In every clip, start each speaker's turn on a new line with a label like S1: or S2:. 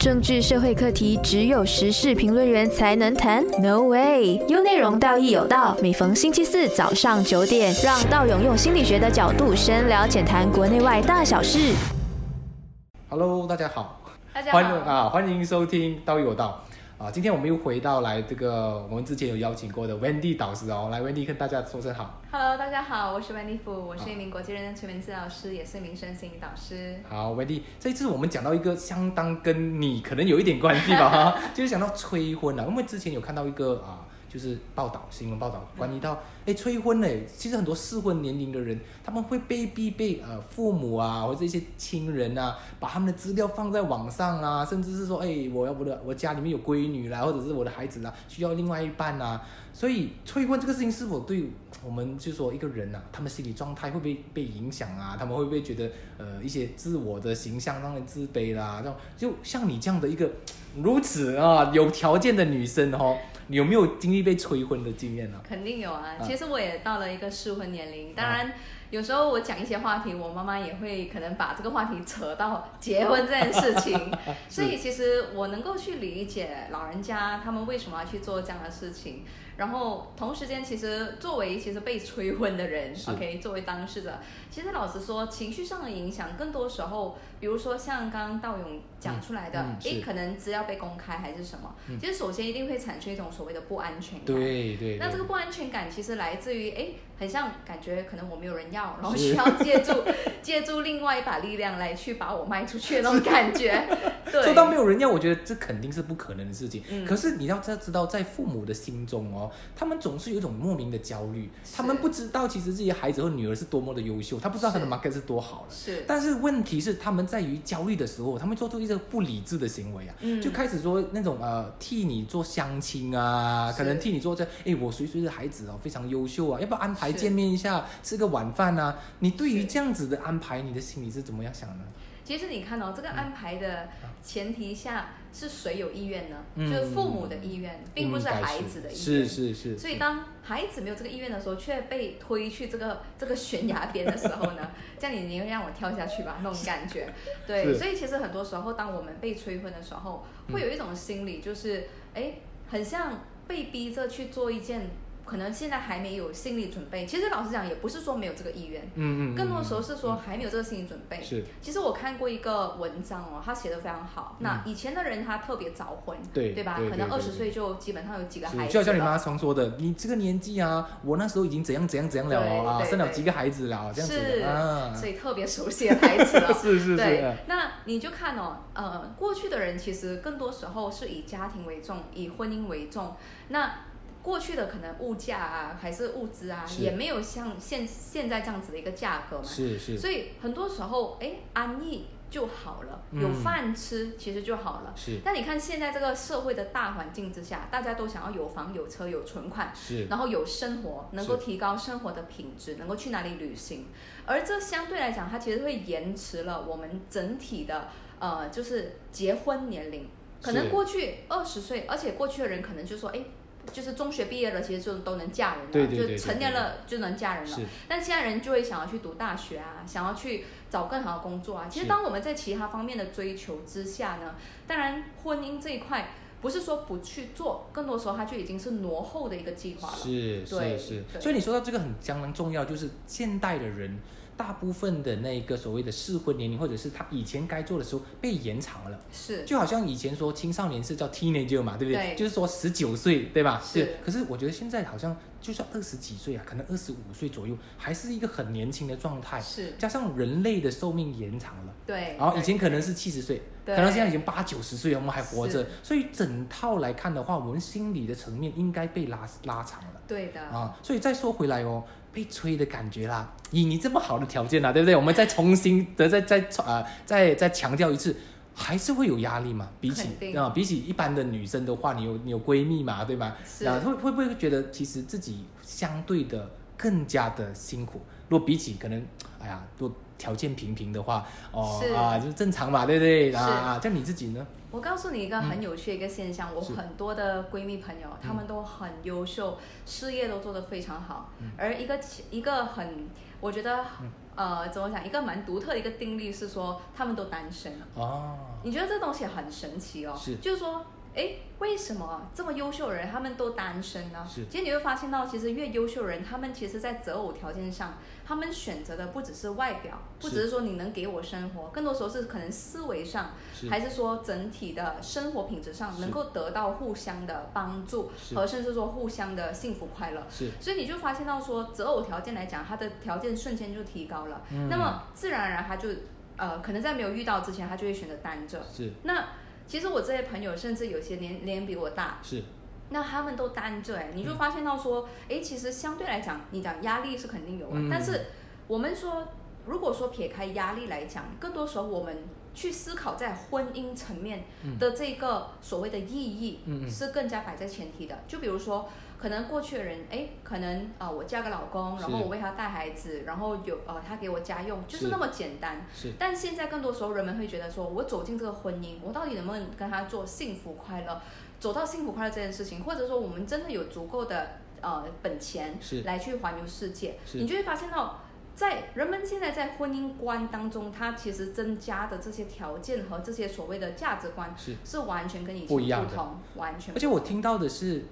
S1: 政治社会课题只有时事评论员才能谈？No way！有内容，道义有道。每逢星期四早上九点，让道勇用心理学的角度深聊浅谈国内外大小事。
S2: Hello，大家好，
S1: 大
S2: 欢迎啊，欢迎收听《道有道》啊，今天我们又回到来这个我们之前有邀请过的 Wendy 导师哦，来 Wendy 跟大家说声好。
S3: Hello，大家好，我是 Wendy Fu，我
S2: 啊
S3: 是一名国际认证催眠治疗师，也是一名身心导师。
S2: 好，Wendy，这一次我们讲到一个相当跟你可能有一点关系 吧，哈，就是讲到催婚了，因为之前有看到一个啊。就是报道新闻报道，关于到哎催婚嘞，其实很多适婚年龄的人，他们会被必被呃父母啊，或者一些亲人啊，把他们的资料放在网上啊，甚至是说哎我要我的我家里面有闺女啦，或者是我的孩子啦，需要另外一半啊，所以催婚这个事情是否对我们就说一个人啊，他们心理状态会不会被影响啊？他们会不会觉得呃一些自我的形象让人自卑啦？这种就像你这样的一个如此啊有条件的女生哦。你有没有经历被催婚的经验呢、
S3: 肯定有啊
S2: 啊，
S3: 其实我也到了一个适婚年龄，当然。有时候我讲一些话题，我妈妈也会可能把这个话题扯到结婚这件事 情，所以其实我能够去理解老人家他们为什么要去做这样的事情。然后同时间，其实作为其实被催婚的人
S2: 是
S3: ，OK，作为当事者，其实老实说，情绪上的影响，更多时候，比如说像刚刚道勇讲出来的，
S2: 嗯嗯
S3: 诶、
S2: 是
S3: 可能资料被公开还是什么，
S2: 嗯
S3: 其实首先一定会产生一种所谓的不安全感。
S2: 对对，
S3: 那
S2: 对
S3: 这个不安全感其实来自于，哎，很像感觉可能我没有人要，然后
S2: 是
S3: 需要借助 借助另外一把力量来去把我卖出去的那种感 觉。
S2: 做到没
S3: 对，
S2: 有人要，我觉得这肯定是不可能的事情。
S3: 嗯
S2: 可是你要知知道，在父母的心中哦，他们总是有一种莫名的焦虑，
S3: 是
S2: 他们不知道其实自己的孩子或女儿是多么的优秀，他不知道他的
S3: 是
S2: market 是多好了。
S3: 是，
S2: 但是问题是，他们在于焦虑的时候，他们做出一些不理智的行为啊，
S3: 嗯
S2: 就开始说那种呃替你做相亲啊，
S3: 是
S2: 可能替你做这，哎，我谁谁的孩子哦非常优秀啊，要不要安排
S3: 是
S2: 见面一下，吃个晚饭啊？你对于
S3: 是
S2: 这样子的安排，你的心里是怎么样想呢？
S3: 其实你看哦，这个安排的前提下是谁有意愿呢？
S2: 嗯
S3: 就是父母的意愿，并不是
S2: 应该
S3: 孩子的意愿。
S2: 是是是，
S3: 所以
S2: 是
S3: 当孩子没有这个意愿的时候，却被推去这个 这个悬崖边的时 候呢，这样你你会让我跳下去吧，那种感觉。对，
S2: 是
S3: 所以其实很多时候，当我们被催婚的时候，会有一种心理，就是哎、诶很像被逼着去做一件可能现在还没有心理准备。其实老实讲，也不是说没有这个意愿，
S2: 嗯嗯，
S3: 更多的时候
S2: 嗯
S3: 是说还没有这个心理准备。
S2: 是
S3: 其实我看过一个文章哦，他写的非常好。那以前的人他特别早婚，
S2: 嗯对
S3: 对吧？
S2: 对
S3: 可能
S2: 对对
S3: 二十岁就基本上有几个孩
S2: 是
S3: 子，
S2: 就好像你妈常说的，你这个年纪啊，我那时候已经怎样怎样怎样了哦啊，
S3: 对对
S2: 生了
S3: 对
S2: 几个孩子了，这样子
S3: 是
S2: 的啊，
S3: 所以特别熟悉的台词 了。
S2: 是哎是
S3: 对
S2: 是，，
S3: 那你就看哦，呃，过去的人其实更多时候是以家庭为重，以婚姻为重。那过去的可能物价啊，还是物资啊，
S2: 是
S3: 也没有像现现在这样子的一个价格嘛。
S2: 是是
S3: 所以很多时候，哎，安逸就好了，
S2: 嗯
S3: 有饭吃其实就好
S2: 哎
S3: 了。
S2: 是
S3: 但你看现在这个社会的大环境之下，大家都想要有房有车有存款，
S2: 是，
S3: 然后有生活，能够
S2: 是
S3: 提高生活的品质，能够去哪里旅行，而这相对来讲，它其实会延迟了我们整体的呃，就是结婚年龄。可
S2: 是
S3: 能过去二十岁，而且过去的人可能就说，哎，就是中学毕业了，其实就都能嫁人了，啊
S2: 对对对对
S3: 就成年了就能嫁人了
S2: 是。
S3: 但现在人就会想要去读大学啊，想要去找更好的工作啊。其实
S2: 是
S3: 当我们在其他方面的追求之下呢，当然婚姻这一块不是说不去做，更多时候它就已经是挪后的一个计划了。
S2: 是是
S3: 对
S2: 是，
S3: 对
S2: 所以你说到这个很相当重要，就是现代的人大部分的那个所谓的适婚年龄，或者是他以前该做的时候被延长了。
S3: 是
S2: 就好像以前说青少年是叫 teenager 嘛，对不对？
S3: 对
S2: 就是说十九岁，对吧？
S3: 是
S2: 可是我觉得现在好像就算二十几岁啊，可能二十五岁左右，还是一个很年轻的状态。
S3: 是，
S2: 加上人类的寿命延长了，
S3: 对。
S2: 然后
S3: 对
S2: 以前可能是七十岁，啊可
S3: 对
S2: 能现在已经八九十岁了，我们还活着
S3: 是。
S2: 所以整套来看的话，我们心理的层面应该被拉拉长了。
S3: 对的，
S2: 啊，所以再说回来哦，被催的感觉啦，以你这么好的条件啦，对不对？我们再重新的再再啊再再强调一次，还是会有压力嘛？比起
S3: 肯定
S2: 啊、比起一般的女生的话，你有你有闺蜜嘛，对吗？
S3: 是
S2: 啊，会会不会觉得其实自己相对的更加的辛苦？若比起可能，哎呀，若条件平平的话，哦
S3: 是
S2: 啊，就正常嘛，对不对？啊
S3: 是
S2: 啊，像你自己呢？
S3: 我告诉你一个很有趣的一个现象，我
S2: 嗯是嗯
S3: 很多的闺蜜朋友，她们都很优
S2: 嗯
S3: 秀，事业都做得非常好，而一个其一个很，我觉得。呃，怎么讲？一个蛮独特的一个定律是说，他们都单身。
S2: 哦，
S3: 你觉得这东西很神奇哦？
S2: 是
S3: 就是说，哎，为什么这么优秀的人他们都单身呢？
S2: 是
S3: 其实你会发现到，其实越优秀的人，他们其实在择偶条件上，他们选择的不只是外表，不只是说你能给我生活，更多时候是可能思维上，
S2: 是
S3: 还是说整体的生活品质上
S2: 是
S3: 能够得到互相的帮助，
S2: 是
S3: 和甚至说互相的幸福快乐。
S2: 是
S3: 所以你就发现到说，择偶条件来讲，它的条件瞬间就提高了，
S2: 嗯
S3: 那么自然而然他就呃，可能在没有遇到之前，他就会选择单着。
S2: 是
S3: 那其实我这些朋友，甚至有些年年比我大，
S2: 是
S3: 那他们都单着，哎，你
S2: 嗯
S3: 就发现到说，哎、其实相对来讲，你讲压力是肯定有啊，
S2: 嗯
S3: 但是我们说，如果说撇开压力来讲，更多时候我们去思考在婚姻层面
S2: 嗯
S3: 的这个所谓的意义，
S2: 嗯嗯
S3: 是更加摆在前提的。就比如说，可能过去的人，哎，可能啊、我嫁个老公，
S2: 是
S3: 然后我为他带孩子，然后有呃，他给我家用，就是
S2: 是
S3: 那么简单。
S2: 是
S3: 但现在更多时候，人们会觉得说，我走进这个婚姻，我到底能不能跟他做幸福快乐，走到幸福快乐这件事情，或者说我们真的有足够的呃本钱
S2: 是
S3: 来去环游世界，
S2: 是
S3: 你就会发现到。在人们现在在婚姻观当中，它其实增加的这些条件和这些所谓的价值观
S2: 是。
S3: 是完全跟以前
S2: 不一样的
S3: 同，完全不
S2: 而且我听到的是，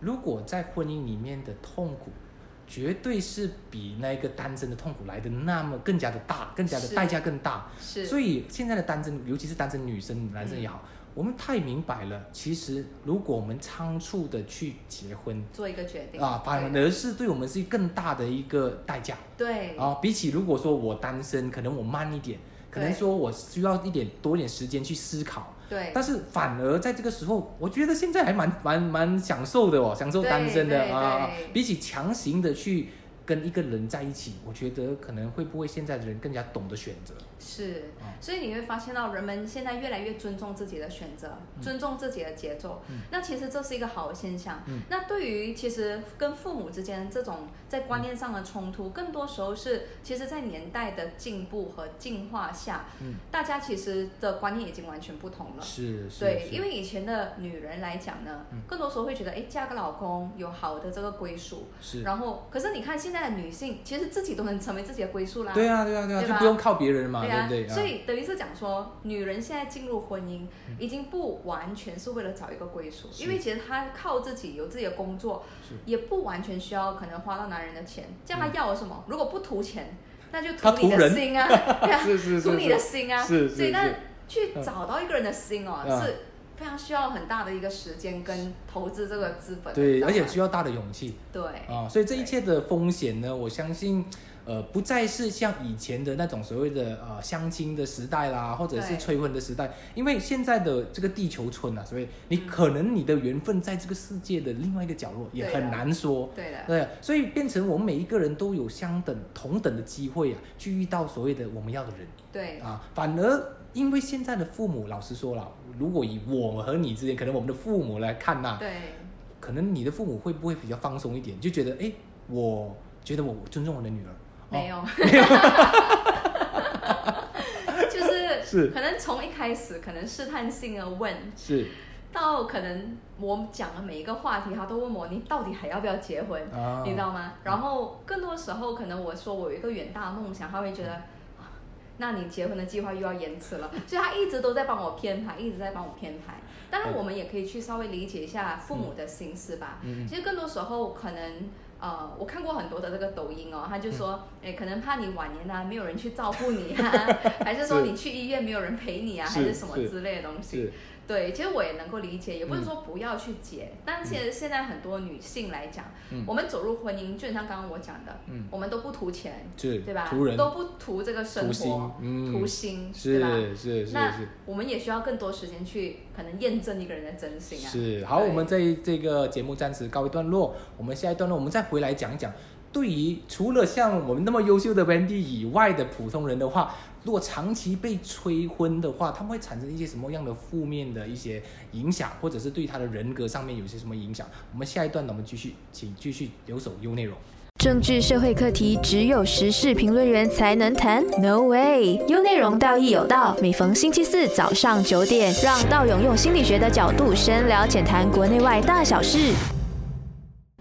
S2: 如果在婚姻里面的痛苦，绝对是比那个单身的痛苦来的那么更加的大，更加的
S3: 是
S2: 代价更大。
S3: 是嗯
S2: 所以现在的单身，尤其是单身女生、男生也好，我们太明白了。其实，如果我们仓促的去结婚
S3: 做一个决定
S2: 啊，反而是对我们是更大的一个代价
S3: 对
S2: 啊。比起如果说我单身，可能我慢一点，可能
S3: 对
S2: 说我需要一点多一点时间去思考。
S3: 对
S2: 但是反而在这个时候，我觉得现在还蛮蛮蛮享受的哦，享受单身
S3: 对
S2: 的
S3: 对
S2: 啊
S3: 对，
S2: 比起强行的去跟一个人在一起，我觉得可能会不会现在的人更加懂得选择？
S3: 是
S2: 哦，
S3: 所以你会发现到人们现在越来越尊重自己的选择，尊重自己的节奏。
S2: 嗯
S3: 那其实这是一个好的现象。
S2: 嗯
S3: 那对于其实跟父母之间这种在观念上的冲突，更多时候
S2: 嗯
S3: 是其实，在年代的进步和进化下，
S2: 嗯
S3: 大家其实的观念已经完全不同了。
S2: 是，是
S3: 对，
S2: 是
S3: 因为以前的女人来讲呢，
S2: 嗯
S3: 更多时候会觉得，哎，嫁个老公有好的这个归属，
S2: 是，
S3: 然后，可是你看现在的女性，其实自己都能成为自己的归宿啦。
S2: 对啊，对啊，对啊，
S3: 对
S2: 就
S3: 吧
S2: 不用靠别人嘛，
S3: 对
S2: 对
S3: 啊，
S2: 不对？啊嗯
S3: 所以等于是讲说，女人现在进入婚姻，已经不完全是为了找一个归属，
S2: 是
S3: 因为其实她靠自己有自己的工作
S2: 是，
S3: 也不完全需要可能花到男人的钱。这样她
S2: 嗯
S3: 要的什么？如果不图钱，那就
S2: 她
S3: 图你
S2: 图
S3: 的
S2: 人
S3: 心啊，对啊，
S2: 是 是
S3: 图
S2: 是
S3: 你的心啊。
S2: 是是
S3: 所以，
S2: 是
S3: 但去找到一个人的心哦，
S2: 嗯
S3: 是非常需要很大的一个时间跟投资这个资本的。你
S2: 对，
S3: 知道
S2: 而且
S3: 吗
S2: 需要大的勇气
S3: 对
S2: 啊，所以这一
S3: 哦对
S2: 切的风险呢，我相信。呃，不再是像以前的那种所谓的呃相亲的时代啦，或者是
S3: 对
S2: 催婚的时代，因为现在的这个地球村啊，所
S3: 嗯
S2: 以你可能你的缘分在这个世界的另外一个角落，也
S3: 对
S2: 很
S3: 啊
S2: 难说。
S3: 对的，
S2: 对，啊所以变成我们每一个人都有相等同等的机会啊，去遇到所谓的我们要的人。
S3: 对
S2: 啊，反而因为现在的父母，老实说了，如果以我和你之间，可能我们的父母来看呐、
S3: 对
S2: 可能你的父母会不会比较放松一点，就觉得哎，我觉得我尊重我的女儿，
S3: 没
S2: 哦、
S3: 有， 就 是
S2: 是
S3: 可能从一开始可能试探性的问，
S2: 是
S3: 到可能我讲的每一个话题，他都问我你到底还要不要结婚，
S2: 啊，
S3: 你知道吗？然后更多时候可能我说我有一个远大的梦想，他会觉得。啊那你结婚的计划又要延迟了，所以他一直都在帮我偏排，一直在帮我偏排。当然，我们也可以去稍微理解一下父母的心思吧。
S2: 嗯，嗯
S3: 其实更多时候可能。呃，我看过很多的这个抖音哦，他就说，
S2: 嗯
S3: 哎、可能怕你晚年啊，没有人去照顾你 啊，还是说
S2: 是
S3: 你去医院没有人陪你啊，
S2: 是
S3: 还是什么
S2: 是
S3: 之类的东西。
S2: 是嗯
S3: 对，其实我也能够理解，也不是说不要去结，但其实现在很多女性来讲，
S2: 嗯
S3: 我们走入婚姻，就像刚刚我讲的，
S2: 嗯
S3: 我们都不图钱，
S2: 是，
S3: 对吧？
S2: 图人
S3: 都不图这个生
S2: 图心
S3: 活，，
S2: 嗯，
S3: 图心，对吧？
S2: 是是是
S3: 那
S2: 是。
S3: 我们也需要更多时间去可能验证一个人的真心啊。
S2: 是好，
S3: 对
S2: 我们这这个节目暂时告一段落，我们下一段落我们再回来讲一讲。对于除了像我们那么优秀的 Wendy 以外的普通人的话，如果长期被催婚的话，他们会产生一些什么样的负面的一些影响，或者是对他的人格上面有些什么影响？我们下一段呢我们继续，请继续留守优内容。
S1: 政治社会课题只有时事评论员才能谈？No way！优内容道义有道，每逢星期四早上九点，让道勇用心理学的角度深聊浅谈国内外大小事。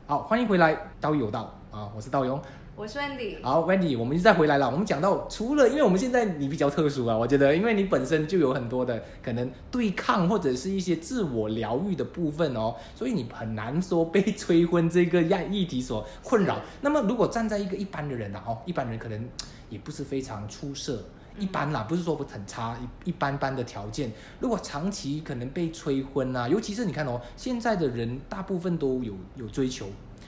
S2: 好，欢迎回来，道友道啊，我是道勇。
S3: 我是 Wendy。
S2: 好，Wendy，我们再回来了。我们讲到，除了因为我们现在你比较特殊啊，我觉得，因为你本身就有很多的可能对抗或者是一些自我疗愈的部分哦， 所以你很难说被催婚这个压议题所困扰
S3: 是。
S2: 那么，如果站在一个一般的人啊，哦，一般人可能也不是非常出色。一般啦，不是说不很差，一一般般的条件。如果长期可能被催婚啊，尤其是你看哦，现在的人大部分都有有追求，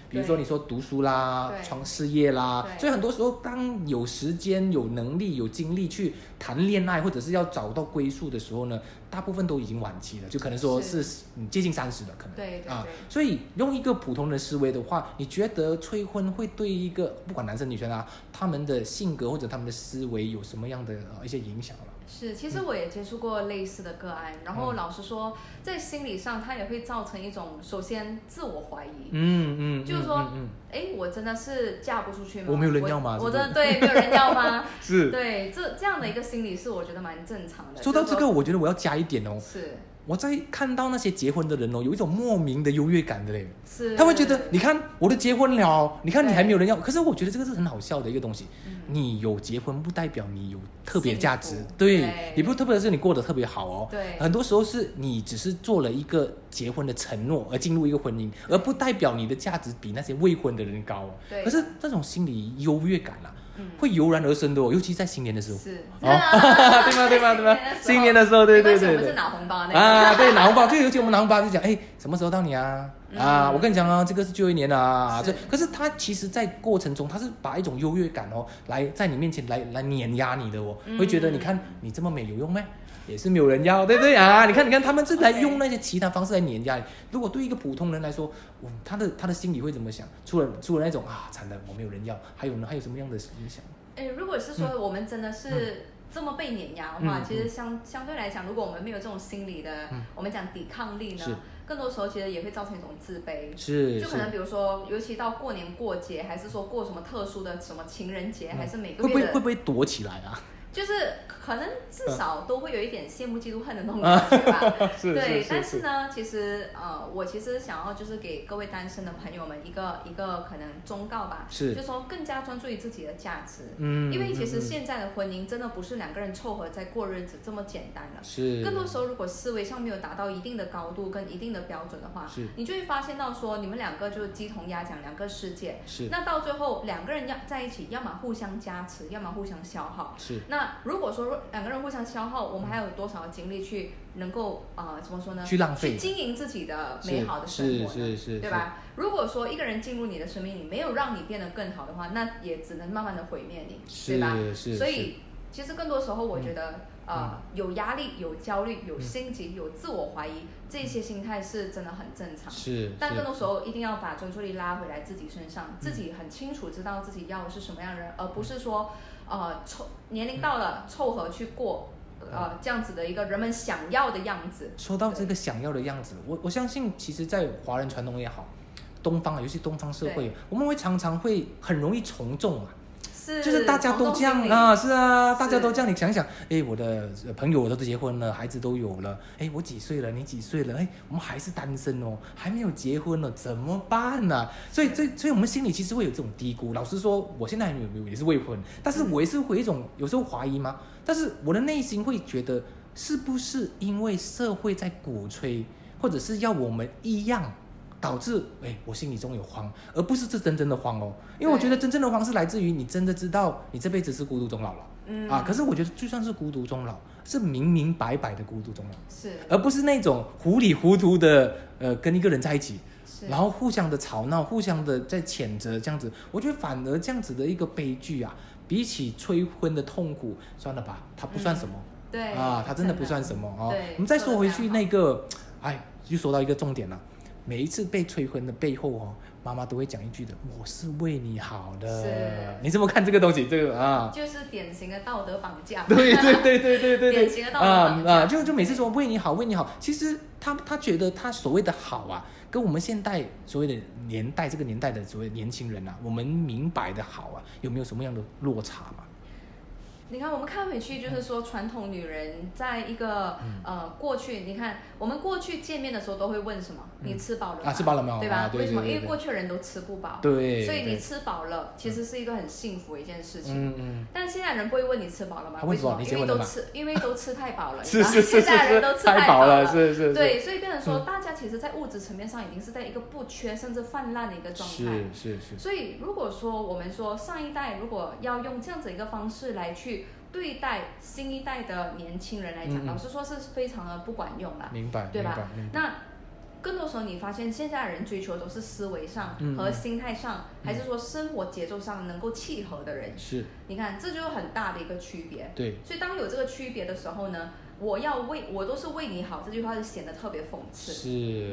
S2: 比如说
S3: 对
S2: 你说读书啦、
S3: 对
S2: 创事业啦，
S3: 对
S2: 所以很多时候，当有时间、有能力、有精力去谈恋爱，或者是要找到归宿的时候呢，大部分都已经晚期了，就可能说是
S3: 是
S2: 嗯接近三十了，可能
S3: 对对对
S2: 啊。所以用一个普通人思维的话，你觉得催婚会对一个不管男生女生啊，他们的性格或者他们的思维有什么样的呃一些影响了？
S3: 是，其实我也接触过类似的个案，然后
S2: 嗯
S3: 老实说，在心理上它也会造成一种，首先自我怀疑，
S2: 嗯嗯，
S3: 就是说
S2: 嗯嗯
S3: 哎、我真的是嫁不出去吗？
S2: 我没有人要吗
S3: 我我
S2: 是不
S3: 真
S2: 是
S3: 的对没有人要 吗？
S2: 嗯是。
S3: 对，这这样的一个心理是我觉得蛮正常的。
S2: 说到
S3: 就是
S2: 这个，我觉得我要加一点哦，
S3: 是
S2: 我在看到那些结婚的人哦，有一种莫名的优越感的嘞。
S3: 是，
S2: 他会觉得，你看我都结婚了，你看你
S3: 对
S2: 还没有人要。可是我觉得这个是很好笑的一个东西。
S3: 嗯
S2: 你有结婚不代表你有特别价值
S3: 幸福，
S2: 对
S3: 对，
S2: 也不特别是你过得特别好哦。
S3: 对
S2: 很多时候是你只是做了一个结婚的承诺而进入一个婚姻，而不代表你的价值比那些未婚的人高哦。
S3: 对
S2: 可是这种心理优越感啊，
S3: 嗯
S2: 会油然而生的哦，尤其在新年 的时候，
S3: 是，
S2: 哦，对吗？对吗？对 吗？新年的时候，对
S3: 没
S2: 对
S3: 关系
S2: 对
S3: 我们
S2: 对
S3: 是。拿红包那个。
S2: 啊， 对，拿红 包，对，尤其我们拿红包就讲，哎，什么时候到你啊？啊，
S3: 嗯
S2: 我跟你讲啊，这个是最后一年了啊，这
S3: 是
S2: 可是他其实，在过程中，他是把一种优越感哦，来在你面前来来碾压你的哦，
S3: 嗯
S2: 会觉得你看你这么美有用吗？也是没有人要，对 不对啊？你看，你看，他们是来
S3: OK
S2: 用那些其他方式来碾压你。如果对一个普通人来说，我他的他的心里会怎么想？除了除了那种啊，惨了，我没有人要，还有呢，还有什么样的影响？
S3: 哎，如果是说我们真的是这么被碾压的话，
S2: 嗯
S3: 其实相相对来讲，如果我们没有这种心理的，
S2: 嗯
S3: 我们讲抵抗力
S2: 是
S3: 呢，更多时候其实也会造成一种自卑。
S2: 是
S3: 就可能
S2: 是，
S3: 比如说，尤其到过年过节，还是说过什么特殊的什么情人节，
S2: 嗯
S3: 还是每
S2: 会
S3: 个
S2: 不会
S3: 月
S2: 会
S3: 的，
S2: 不会躲起来啊？
S3: 就是可能至少都会有一点羡慕嫉妒恨的那种感觉吧。
S2: 嗯 是
S3: 对，但是呢，其实呃，我其实想要就是给各位单身的朋友们一个一个可能忠告吧，
S2: 是
S3: 就说更加专注于自己的价值，
S2: 嗯
S3: 因为其
S2: 嗯
S3: 实
S2: 嗯
S3: 现在的婚姻真的不是两个人凑合在过日子这么简单了。
S2: 是
S3: 更多时候，如果思维上没有达到一定的高度跟一定的标准的话
S2: 是，
S3: 你就会发现到说，你们两个就是鸡同鸭讲，两个世界。
S2: 是
S3: 那到最后，两个人要在一起，要么互相加持，要么互相消耗。
S2: 是
S3: 那如果说两个人互相消耗，我们还有多少精力去能够啊、呃怎么说呢？
S2: 去浪费
S3: 去经营自己的美好的生活
S2: 是
S3: 呢，
S2: 是是是
S3: 对吧？如果说一个人进入你的生命，你没有让你变得更好的话，那也只能慢慢的毁灭你，
S2: 是
S3: 对吧？
S2: 是
S3: 所
S2: 是嗯
S3: 以其实更多时候，我觉得、呃，有压力、有焦虑、有心急、有自我怀疑，这些心态是真的很正常。
S2: 是，
S3: 但
S2: 是
S3: 更多时候，一定要把专注力拉回来自己身
S2: 嗯
S3: 上，自己很清楚知道自己要的是什么样的人，而不是说，呃，凑年
S2: 嗯
S3: 龄到了凑合去过，呃，这样子的一个人们想要的样子。
S2: 说到这个想要的样子，我我相信，其实，在华人传统也好，东方啊，尤其东方社会
S3: 对，
S2: 我们会常常会很容易从众啊，
S3: 是，
S2: 就是大家都这样
S3: 同动心理，
S2: 啊，是啊，
S3: 是
S2: 大家都这样。你想想，哎，我的呃朋友都结婚了，孩子都有了，哎，我几岁了？你几岁了？哎，我们还是单身哦，还没有结婚呢，怎么办呢、所以，这，所以我们心里其实会有这种低估。老实说，我现在还没有没有也是未婚，但是我也是会有一种有时候怀疑嘛，但是我的内心会觉得，是不是因为社会在鼓吹，或者是要我们一样？导致哎，我心里中有慌，而不是这真正的慌哦。因为我觉得
S3: 对
S2: 真正的慌是来自于你真的知道你这辈子是孤独终老了、
S3: 嗯
S2: 啊。可是我觉得就算是孤独终老，是明明白白的孤独终老，
S3: 是
S2: 而不是那种糊里糊涂的呃跟一个人在一起，
S3: 是，
S2: 然后互相的吵闹，互相的在谴责这样子。我觉得反而这样子的一个悲剧啊，比起催婚的痛苦，算了吧，它不算什么、
S3: 嗯对
S2: 啊，它真的不算什
S3: 么。
S2: 么哦
S3: 对。
S2: 我们再
S3: 说得
S2: 说回去
S3: 非常好
S2: 那个，哎，就说到一个重点了。每一次被催婚的背后哦，妈妈都会讲一句的：“我是为你好的。
S3: 是”
S2: 你怎么看这个东西？这个啊，
S3: 就是典型的道德绑架。
S2: 对对对对对对
S3: 典
S2: 对
S3: 型，的道德
S2: 啊
S3: 绑架
S2: 啊，就就每次说为你好，为你好，其实他他觉得他所谓的好啊，跟我们现代所谓的年代这个年代的所谓年轻人啊，我们明白的好啊，有没有什么样的落差嘛？
S3: 你看，我们看回去就是说，传统女人在一个、
S2: 嗯
S3: 呃过去，你看我们过去见面的时候都会问什么？
S2: 嗯
S3: 你吃饱了吗？
S2: 啊，吃饱了没有？
S3: 对吧？
S2: 啊对
S3: 为什么？
S2: 对对
S3: 因为
S2: 对
S3: 过去人都吃不饱，
S2: 对，
S3: 所以
S2: 对
S3: 你吃饱了，其实是一个很幸福的一件事情。
S2: 嗯嗯，
S3: 但现在人不会问你吃饱了吗？
S2: 他
S3: 为
S2: 问
S3: 什么？
S2: 你
S3: 因
S2: 结
S3: 为
S2: 婚了
S3: 都
S2: 吗
S3: 吃，因为都吃太 饱了。
S2: 是
S3: 你知道
S2: 是是是
S3: 现在人都
S2: 是
S3: 吃饱
S2: 饱了，是是是，嗯
S3: 对，所以变成说，大家其实，在物质层面上已经是在一个不缺甚至泛滥的一个状态。
S2: 是是是，
S3: 所以，如果说我们说上一代如果要用这样子一个方式来去对待新一代的年轻人来讲，
S2: 嗯嗯嗯
S3: 老实说是非常的不管用啦。
S2: 明白
S3: 对
S2: 明
S3: 吧
S2: 白明白，
S3: 那更多时候，你发现现在人追求都是思维上
S2: 嗯嗯
S3: 和心态上，还是说生活节奏上能够契合的人，
S2: 是
S3: 你看这就是很大的一个区别。
S2: 对，
S3: 所以当有这个区别的时候呢，我要为我都是为你好，这句话就显得特别讽刺。
S2: 是，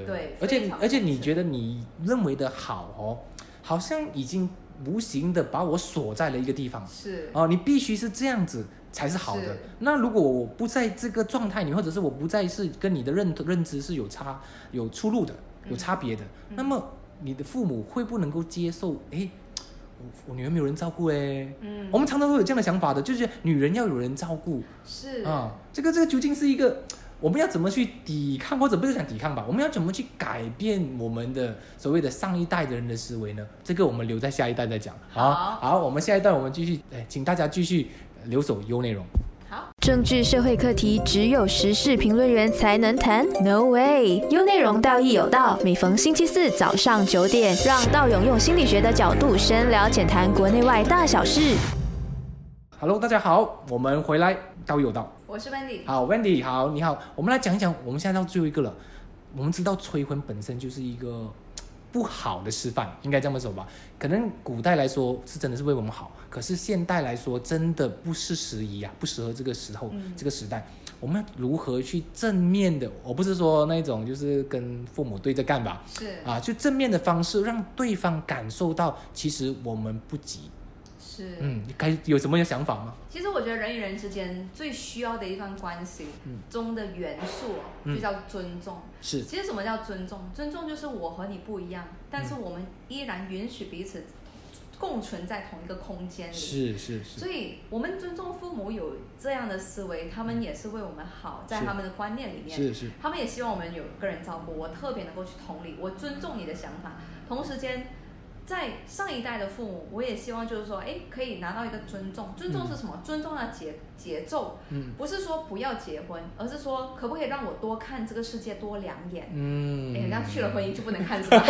S3: 对
S2: 而
S3: 非
S2: 且
S3: 常
S2: 而且你
S3: 是
S2: 觉得你认为的好哦，好像已经无形的把我锁在了一个地方
S3: 是，
S2: 哦，你必须是这样子才是好的
S3: 是。
S2: 那如果我不在这个状态里，或者是我不再是跟你的认认知是有差有出入的，有
S3: 嗯
S2: 差别的，那
S3: 嗯
S2: 么你的父母会不能够接受？诶，我我女儿没有人照顾诶。
S3: 嗯，
S2: 我们常常会有这样的想法的，就是女人要有人照顾，
S3: 是，
S2: 啊、这个这个究竟是一个，我们要怎么去抵抗，或者不是想抵抗吧？我们要怎么去改变我们的所谓的上一代的人的思维呢？这个我们留在下一代再讲。
S3: 好
S2: 好，我们下一代我们继续，哎，请大家继续呃留守优内容。
S3: 好，
S1: 政治社会课题只有时事评论员才能谈？No way！优内容道义有道，每逢星期四早上九点，让道勇用心理学的角度深聊浅谈国内外大小事。
S2: Hello，大家好，我们回来道有道。
S3: 我是 Wendy。
S2: 好，Wendy，好，你好，我们来讲一讲，我们现在到最后一个了。我们知道催婚本身就是一个嘖不好的示范，应该这么说吧？可能古代来说是真的是为我们好，可是现代来说真的不是时宜啊，不适合这个时候、
S3: 嗯
S2: 这个时代。我们要如何去正面的？我不是说那种就是跟父母对着干吧，
S3: 是
S2: 啊，就正面的方式让对方感受到其实我们不急。
S3: 是，
S2: 嗯，你该有什么想法吗？
S3: 其实我觉得人与人之间最需要的一段关系
S2: 嗯
S3: 中的元素哦
S2: 嗯
S3: 就叫尊重。
S2: 是
S3: 其实什么叫尊重？尊重就是我和你不一样，但
S2: 嗯
S3: 是我们依然允许彼此共存在同一个空间里。
S2: 是是是，
S3: 所以，我们尊重父母有这样的思维，他们也是为我们好，在
S2: 嗯是
S3: 他们的观念里面，
S2: 是是
S3: 他们也希望我们有个人照顾。我特别能够去同理，我尊重你的想法。同时间，在上一代的父母，我也希望就是说，哎，可以拿到一个尊重。尊重是什么？尊重的节节奏，
S2: 嗯
S3: 不是说不要结婚，而是说可不可以让我多看这个世界，多两眼。
S2: 嗯
S3: 哎，那去了婚姻 就不能看 什么？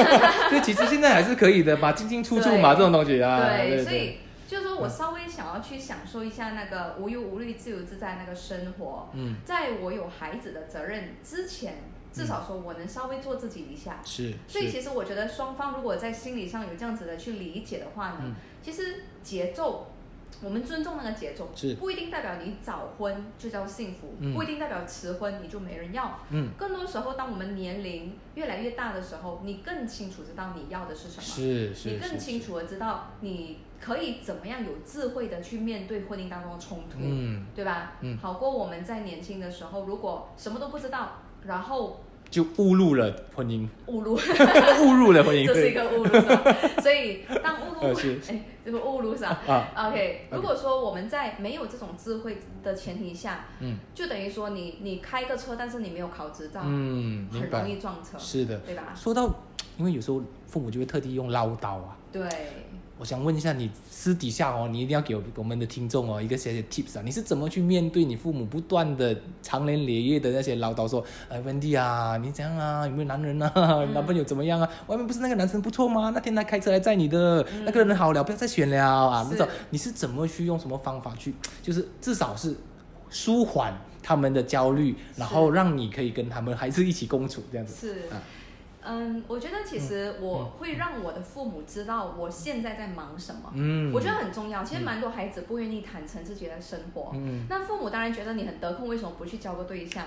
S2: 对，其实现在还是可以的嘛，进进出出嘛，
S3: 对
S2: 这种东西啊。
S3: 对，
S2: 对，
S3: 所以就是说我稍微想要去享受一下那个无忧无虑、自由自在那个生活。
S2: 嗯，
S3: 在我有孩子的责任之前，至少说我能稍微做自己一下。
S2: 是，
S3: 所以
S2: 是
S3: 其实我觉得双方如果在心理上有这样子的去理解的话呢，
S2: 嗯
S3: 其实节奏。我们尊重那个节奏，
S2: 是
S3: 不一定代表你早婚就叫幸福，
S2: 嗯
S3: 不一定代表迟婚你就没人要。
S2: 嗯，
S3: 更多时候，当我们年龄越来越大的时候，你更清楚知道你要的是什么。
S2: 是是，
S3: 你更
S2: 是
S3: 清。楚的知道你可以怎么样有智慧的去面对婚姻当中的冲突，
S2: 嗯，
S3: 对吧？
S2: 嗯
S3: 好过我们在年轻的时候，如果什么都不知道，然后
S2: 就误入了婚姻，
S3: 误入，
S2: 误入了婚姻。
S3: 这是一
S2: 对
S3: 个误入是吧？所以当误入
S2: 呃，是
S3: 哎，这个误入是吧
S2: 啊，
S3: ？OK，如果说我们在没有这种智慧的前提下，
S2: 嗯
S3: 就等于说你你开个车， 但是你没有考执照，
S2: 嗯，明
S3: 很容
S2: 白。
S3: 易撞车，
S2: 是的，
S3: 对吧？
S2: 说到，因为有时候父母就会特地用唠叨啊。
S3: 对，
S2: 我想问一下你私底下哦，你一定要给我我们的听众哦一个些些 tips 啊，你是怎么去面对你父母不断的长年累月的那些唠叨说，哎温蒂啊，你怎样啊，有没有男人啊，
S3: 嗯
S2: 男朋友怎么样啊？外面不是那个男生不错吗？那天他开车来载你的，
S3: 嗯
S2: 那个人好了，不要再选了啊，
S3: 是
S2: 那种你是怎么去用什么方法去，就是至少是舒缓他们的焦虑，然后让你可以跟他们还是一起共处这样子，
S3: 是
S2: 啊，嗯
S3: 嗯，我觉得其实我会让我的父母知道我现在在忙什么，
S2: 嗯，
S3: 我觉得很重要。其实蛮多孩子不愿意坦诚自己的生活，
S2: 嗯
S3: 那父母当然觉得你很得空，为什么不去交个对象
S2: 啊
S3: 对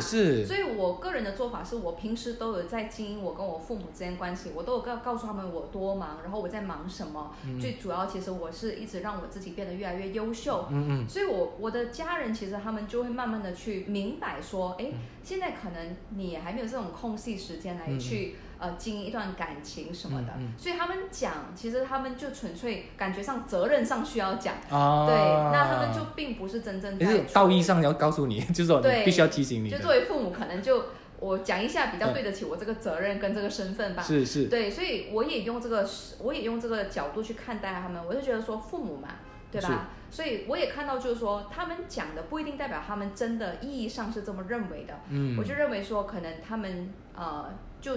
S2: 是是
S3: 所以我个人的做法是我平时都有在经营我跟我父母之间关系，我都有告告诉他们我多忙，然后我在忙什么。
S2: 嗯
S3: 最主要其实我是一直让我自己变得越来越优秀，
S2: 嗯嗯
S3: 所以我我的家人其实他们就会慢
S2: 嗯
S3: 慢的去明白说，哎，现在可能你还没有这种空隙时间来去、呃经营一段感情什么的，
S2: 嗯
S3: 所以他们讲，其实他们就纯粹感觉上责任上需要讲，
S2: 啊，
S3: 对，那他们就并不是真正
S2: 也
S3: 在
S2: 是
S3: 处
S2: 道义上要告诉你， 就是说你
S3: 对
S2: 必须要提醒你
S3: 就
S2: 的，
S3: 作为父母，可能就我讲一下比较对得起我这个责任跟这个身份吧。
S2: 是是，
S3: 对，所以我也用这个，我也用这个角度去看待他们。我就觉得说，父母嘛，对吧？所以我也看到，就是说他们讲的不一定代表他们真的意义上是这么认为的。
S2: 嗯，
S3: 我就认为说，可能他们呃就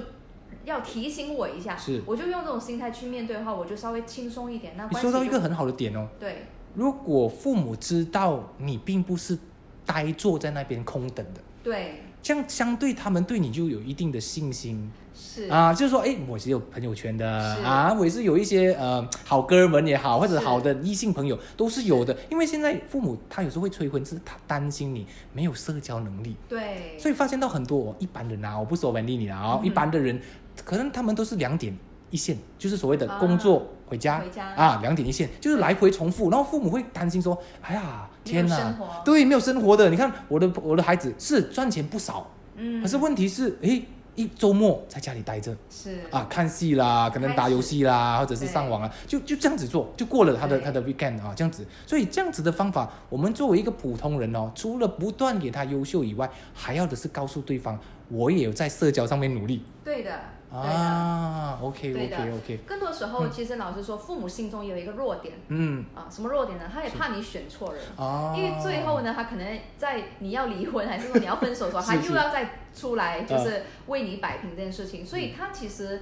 S3: 要提醒我一下，
S2: 是
S3: 我就用这种心态去面对的话，我就稍微轻松一点。那
S2: 你
S3: 关系
S2: 说到一
S3: 就
S2: 个很好的点哦，
S3: 对，
S2: 如果父母知道你并不是呆坐在那边空等的，
S3: 对，
S2: 这样相对他们对你就有一定的信心
S3: 是，
S2: 啊，就是说，哎，我是有朋友圈的
S3: 是
S2: 啊，我也是有一些呃好哥们也好，或者
S3: 是
S2: 好的异性朋友都是有的，因为现在父母他有时候会催婚，是他担心你没有社交能力，
S3: 对，
S2: 所以发现到很多哦一般人啊，我不说文丽你啊，哦
S3: 嗯
S2: 一般的人可能他们都是两点一线，就是所谓的工作回家
S3: 回家
S2: 啊，两点一线，就是来回重复，然后父母会担心说，哎呀，
S3: 没有
S2: 天哪
S3: 生，活，
S2: 对，没有生活的，你看我的我的孩子是赚钱不少，
S3: 嗯，
S2: 可是问题是，诶，一周末在家里待着
S3: 是
S2: 啊，看戏啦，可能打游戏啦，或者是上网啊，就就这样子做，就过了他的
S3: 对
S2: 他的 weekend 啊，这样子。所以这样子的方法，我们作为一个普通人哦，除了不断给他优秀以外，还要的是告诉对方，我也有在社交上面努力
S3: 对的，对的。
S2: 啊。OK 嗯
S3: 对的
S2: OK OK，
S3: 更多时候，其实老实说，父母心中有一个弱点
S2: 嗯
S3: 啊，什么弱点呢？他也怕你选错人，
S2: 啊，
S3: 因为最后呢，他可能在你要离婚还是说你要分手的时候，
S2: 是
S3: 他
S2: 是嗯
S3: 又要再出来，就是为你摆平这件事情，所以他其实。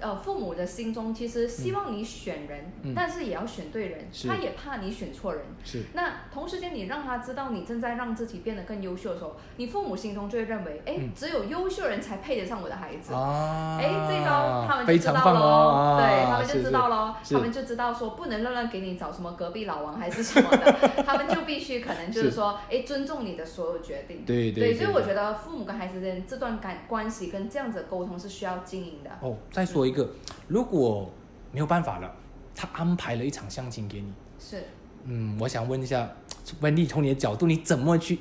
S3: 呃，父母的心中其实希望你选人，
S2: 嗯
S3: 但是也要选对人，
S2: 是
S3: 他也怕你选错人。
S2: 是
S3: 那同时间，你让他知道你正在让自己变得更优秀的时候，你父母心中就会认为，哎，
S2: 嗯
S3: 只有优秀人才配得上我的孩子。
S2: 啊，
S3: 哎，这招他们就
S2: 非
S3: 知
S2: 常
S3: 道
S2: 棒
S3: 喽，
S2: 哦，
S3: 对
S2: 啊
S3: 他们就是知
S2: 是
S3: 道喽，
S2: 是
S3: 他们就知道说不能乱乱给你找什么隔壁老王还是什么的， 他们就必须可能就是
S2: 是
S3: 说，哎，尊重你的所有决定。
S2: 对
S3: 对，
S2: 对，
S3: 所以我觉得父母跟孩子之间这段感关系跟这样子的沟通是需要经营的。
S2: 哦，再说一个，如果没有办法了，他安排了一场相亲给你，
S3: 是，
S2: 嗯，我想问一下，温丽，从你的角度，你怎么去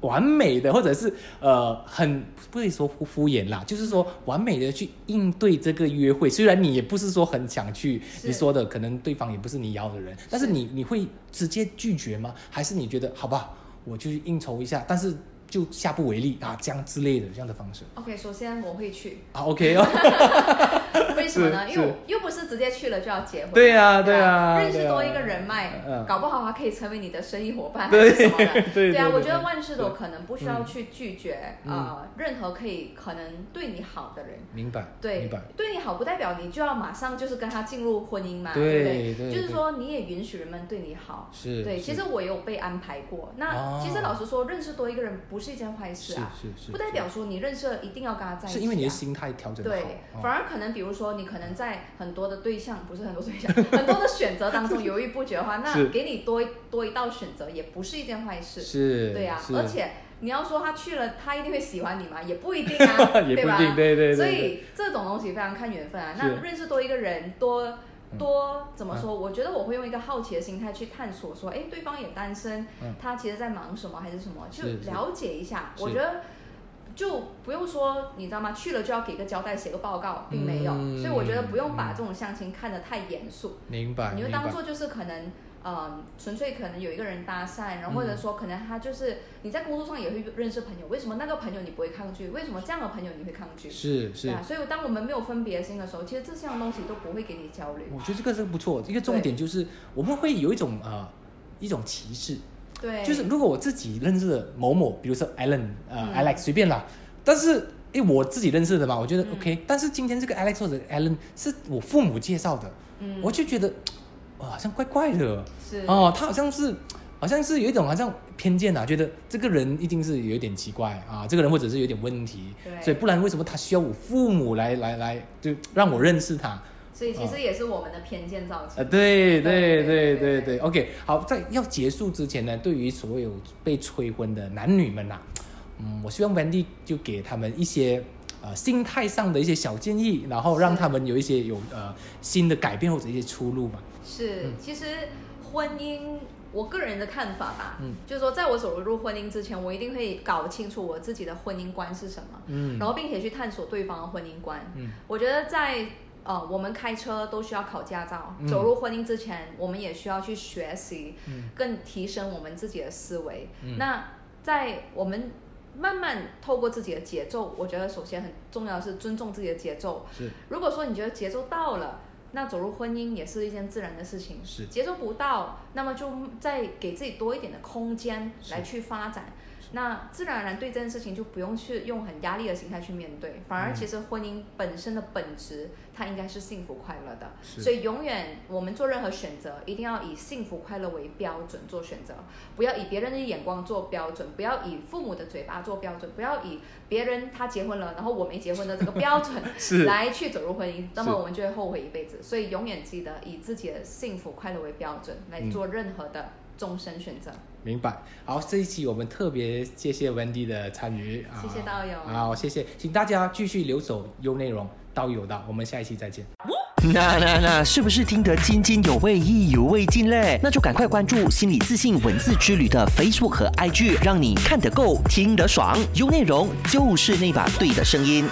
S2: 完美的，或者是呃，很不会说敷敷衍啦，就是说完美的去应对这个约会。虽然你也不是说很想去，
S3: 是
S2: 你说的可能对方也不是你要的人，但是你你会直接拒绝吗？还是你觉得好吧，我就去应酬一下，但是就下不为例啊，这样之类的这样的方式
S3: OK，首先我 会去，
S2: 啊？OK 哦，
S3: 为什么呢？
S2: 是
S3: 因为我又不是直接去了就要结婚。
S2: 对呀、对呀、
S3: 吧认识
S2: 对啊
S3: 多一个人脉
S2: 嗯嗯，
S3: 搞不好还可以成为你的生意伙伴还
S2: 对
S3: 是什么的。
S2: 对
S3: 啊，
S2: 对
S3: 我觉得
S2: 对
S3: 万事都可能不需要去拒绝
S2: 嗯
S3: 啊，任何可以可能对你好的人。
S2: 明白，
S3: 对
S2: 明白，，
S3: 对你好不代表你就要马上就是跟他进入婚姻嘛，
S2: 对
S3: 对不
S2: 对
S3: 就是
S2: 对
S3: 说你也允许人们对你好，
S2: 是，
S3: 对，
S2: 是
S3: 其实我有被安排过。那
S2: 哦
S3: 其实老实说，认识多一个人不是一件坏事啊，
S2: 是是是，
S3: 不代表说你认识了一定要跟他在一起、啊。
S2: 是因为你的心态调整得
S3: 对，
S2: 好，
S3: 反
S2: 哦
S3: 而可能比如说你可能在很多的对 象，不是很多对象，很多的选择当中犹豫不决的话，那
S2: 是
S3: 给你多一多一道选择也不是一件坏事。
S2: 是，
S3: 对呀、啊
S2: 是
S3: 而且你要说他去了，他一定会喜欢你吗？也不一定啊，
S2: 也不
S3: 对
S2: 一
S3: 吧？
S2: 定，对对对，
S3: 所
S2: 对
S3: 以这种东西非常看缘分啊。
S2: 是
S3: 那认识多一个人，多
S2: 嗯
S3: 多怎么说？我觉得我会用一个好奇的心态去探索，说，哎，对方也单身
S2: 嗯，
S3: 他其实在忙什么还是什么，就是
S2: 是
S3: 了解一下。
S2: 是
S3: 我觉得。就不用说，你知道吗？去了就要给个交代，写个报告，并没有，
S2: 嗯
S3: 所以我觉得不用把
S2: 嗯
S3: 这种相亲看得太严肃，
S2: 明白，
S3: 你就
S2: 明
S3: 当
S2: 白，
S3: 做就是可能，嗯，纯粹可能有一个人搭讪，然后
S2: 嗯
S3: 或者说可能他就是你在工作上也会认识朋友，为什么那个朋友你不会抗拒？为什么这样的朋友你会抗拒？
S2: 是是
S3: 对。啊，所以当我们没有分别心的时候，其实这项东西都不会给你焦虑。
S2: 我觉得这个是不错，一个重点就是我们会有一种呃一种歧视，
S3: 对，
S2: 就是如果我自己认识的某某，比如说 Alan 呃、
S3: 嗯
S2: Alex 随便啦，但是诶我自己认识的嘛，我觉得
S3: 嗯
S2: OK，、但是今天这个 Alex 或者 Alan 是我父母介绍的，
S3: 嗯，
S2: 我就觉得哇好像怪怪的，
S3: 是
S2: 哦，他好像是，好像是有一种好像偏见啊，觉得这个人一定是有一点奇怪啊，这个人或者是有点问题，
S3: 对
S2: 所以不然为什么他需要我父母来来来就让我认识他？
S3: 所以其实也是我们的偏见造
S2: 哦呃，
S3: 成。
S2: 对对
S3: 对
S2: 对对
S3: 对对
S2: 对，OK，好，在要结束之前呢，对于所有被催婚的男女们呐、嗯，我希望 Wendy 就给他们一些呃心态上的一些小建议，然后让
S3: 是
S2: 他们有一些有呃新的改变或者一些出路嘛。
S3: 是，
S2: 嗯
S3: 其实婚姻我个人的看法吧，
S2: 嗯
S3: 就是说，在我走入婚姻之前，我一定会搞清楚我自己的婚姻观是什么，
S2: 嗯
S3: 然后并且去探索对方的婚姻观。
S2: 嗯
S3: 我觉得在呃，我们开车都需要考驾照，
S2: 嗯
S3: 走入婚姻之前，我们也需要去学习，
S2: 嗯
S3: 更提升我们自己的思维。
S2: 嗯
S3: 那在我们慢慢透过自己的节奏，我觉得首先很重要的是尊重自己的节奏。
S2: 是
S3: 如果说你觉得节奏到了，那走入婚姻也是一件自然的事情。
S2: 是
S3: 节奏不到，那么就再给自己多一点的空间
S2: 是
S3: 来去发展。那自然而然对这件事情就不用去用很压力的心态去面对，反而
S2: 嗯
S3: 其实婚姻本身的本质，它应该是幸福快乐的。
S2: 是
S3: 所以永远我们做任何选择，一定要以幸福快乐为标准做选择，不要以别人的眼光做标准，不要以父母的嘴巴做标准，不要以别人他结婚了，然后我没结婚的这个标准
S2: 是
S3: 来去走入婚姻，那么
S2: 是
S3: 我们就会后悔一辈子。所以永远记得以自己的幸福快乐为标准来
S2: 嗯
S3: 做任何的终身选择。
S2: 明白。好，这一期我们特别谢谢 Wendy 的参与，啊
S3: 谢谢道友
S2: 好，谢谢，请大家继续留守优内容，道友道，我们下一期再见。
S4: 那那那，是不是听得津津有味、意犹未尽嘞？那就赶快关注“心理自信文字之旅”的 Facebook 和 IG，让你看得够、听得爽，有内容就是那把对的声音。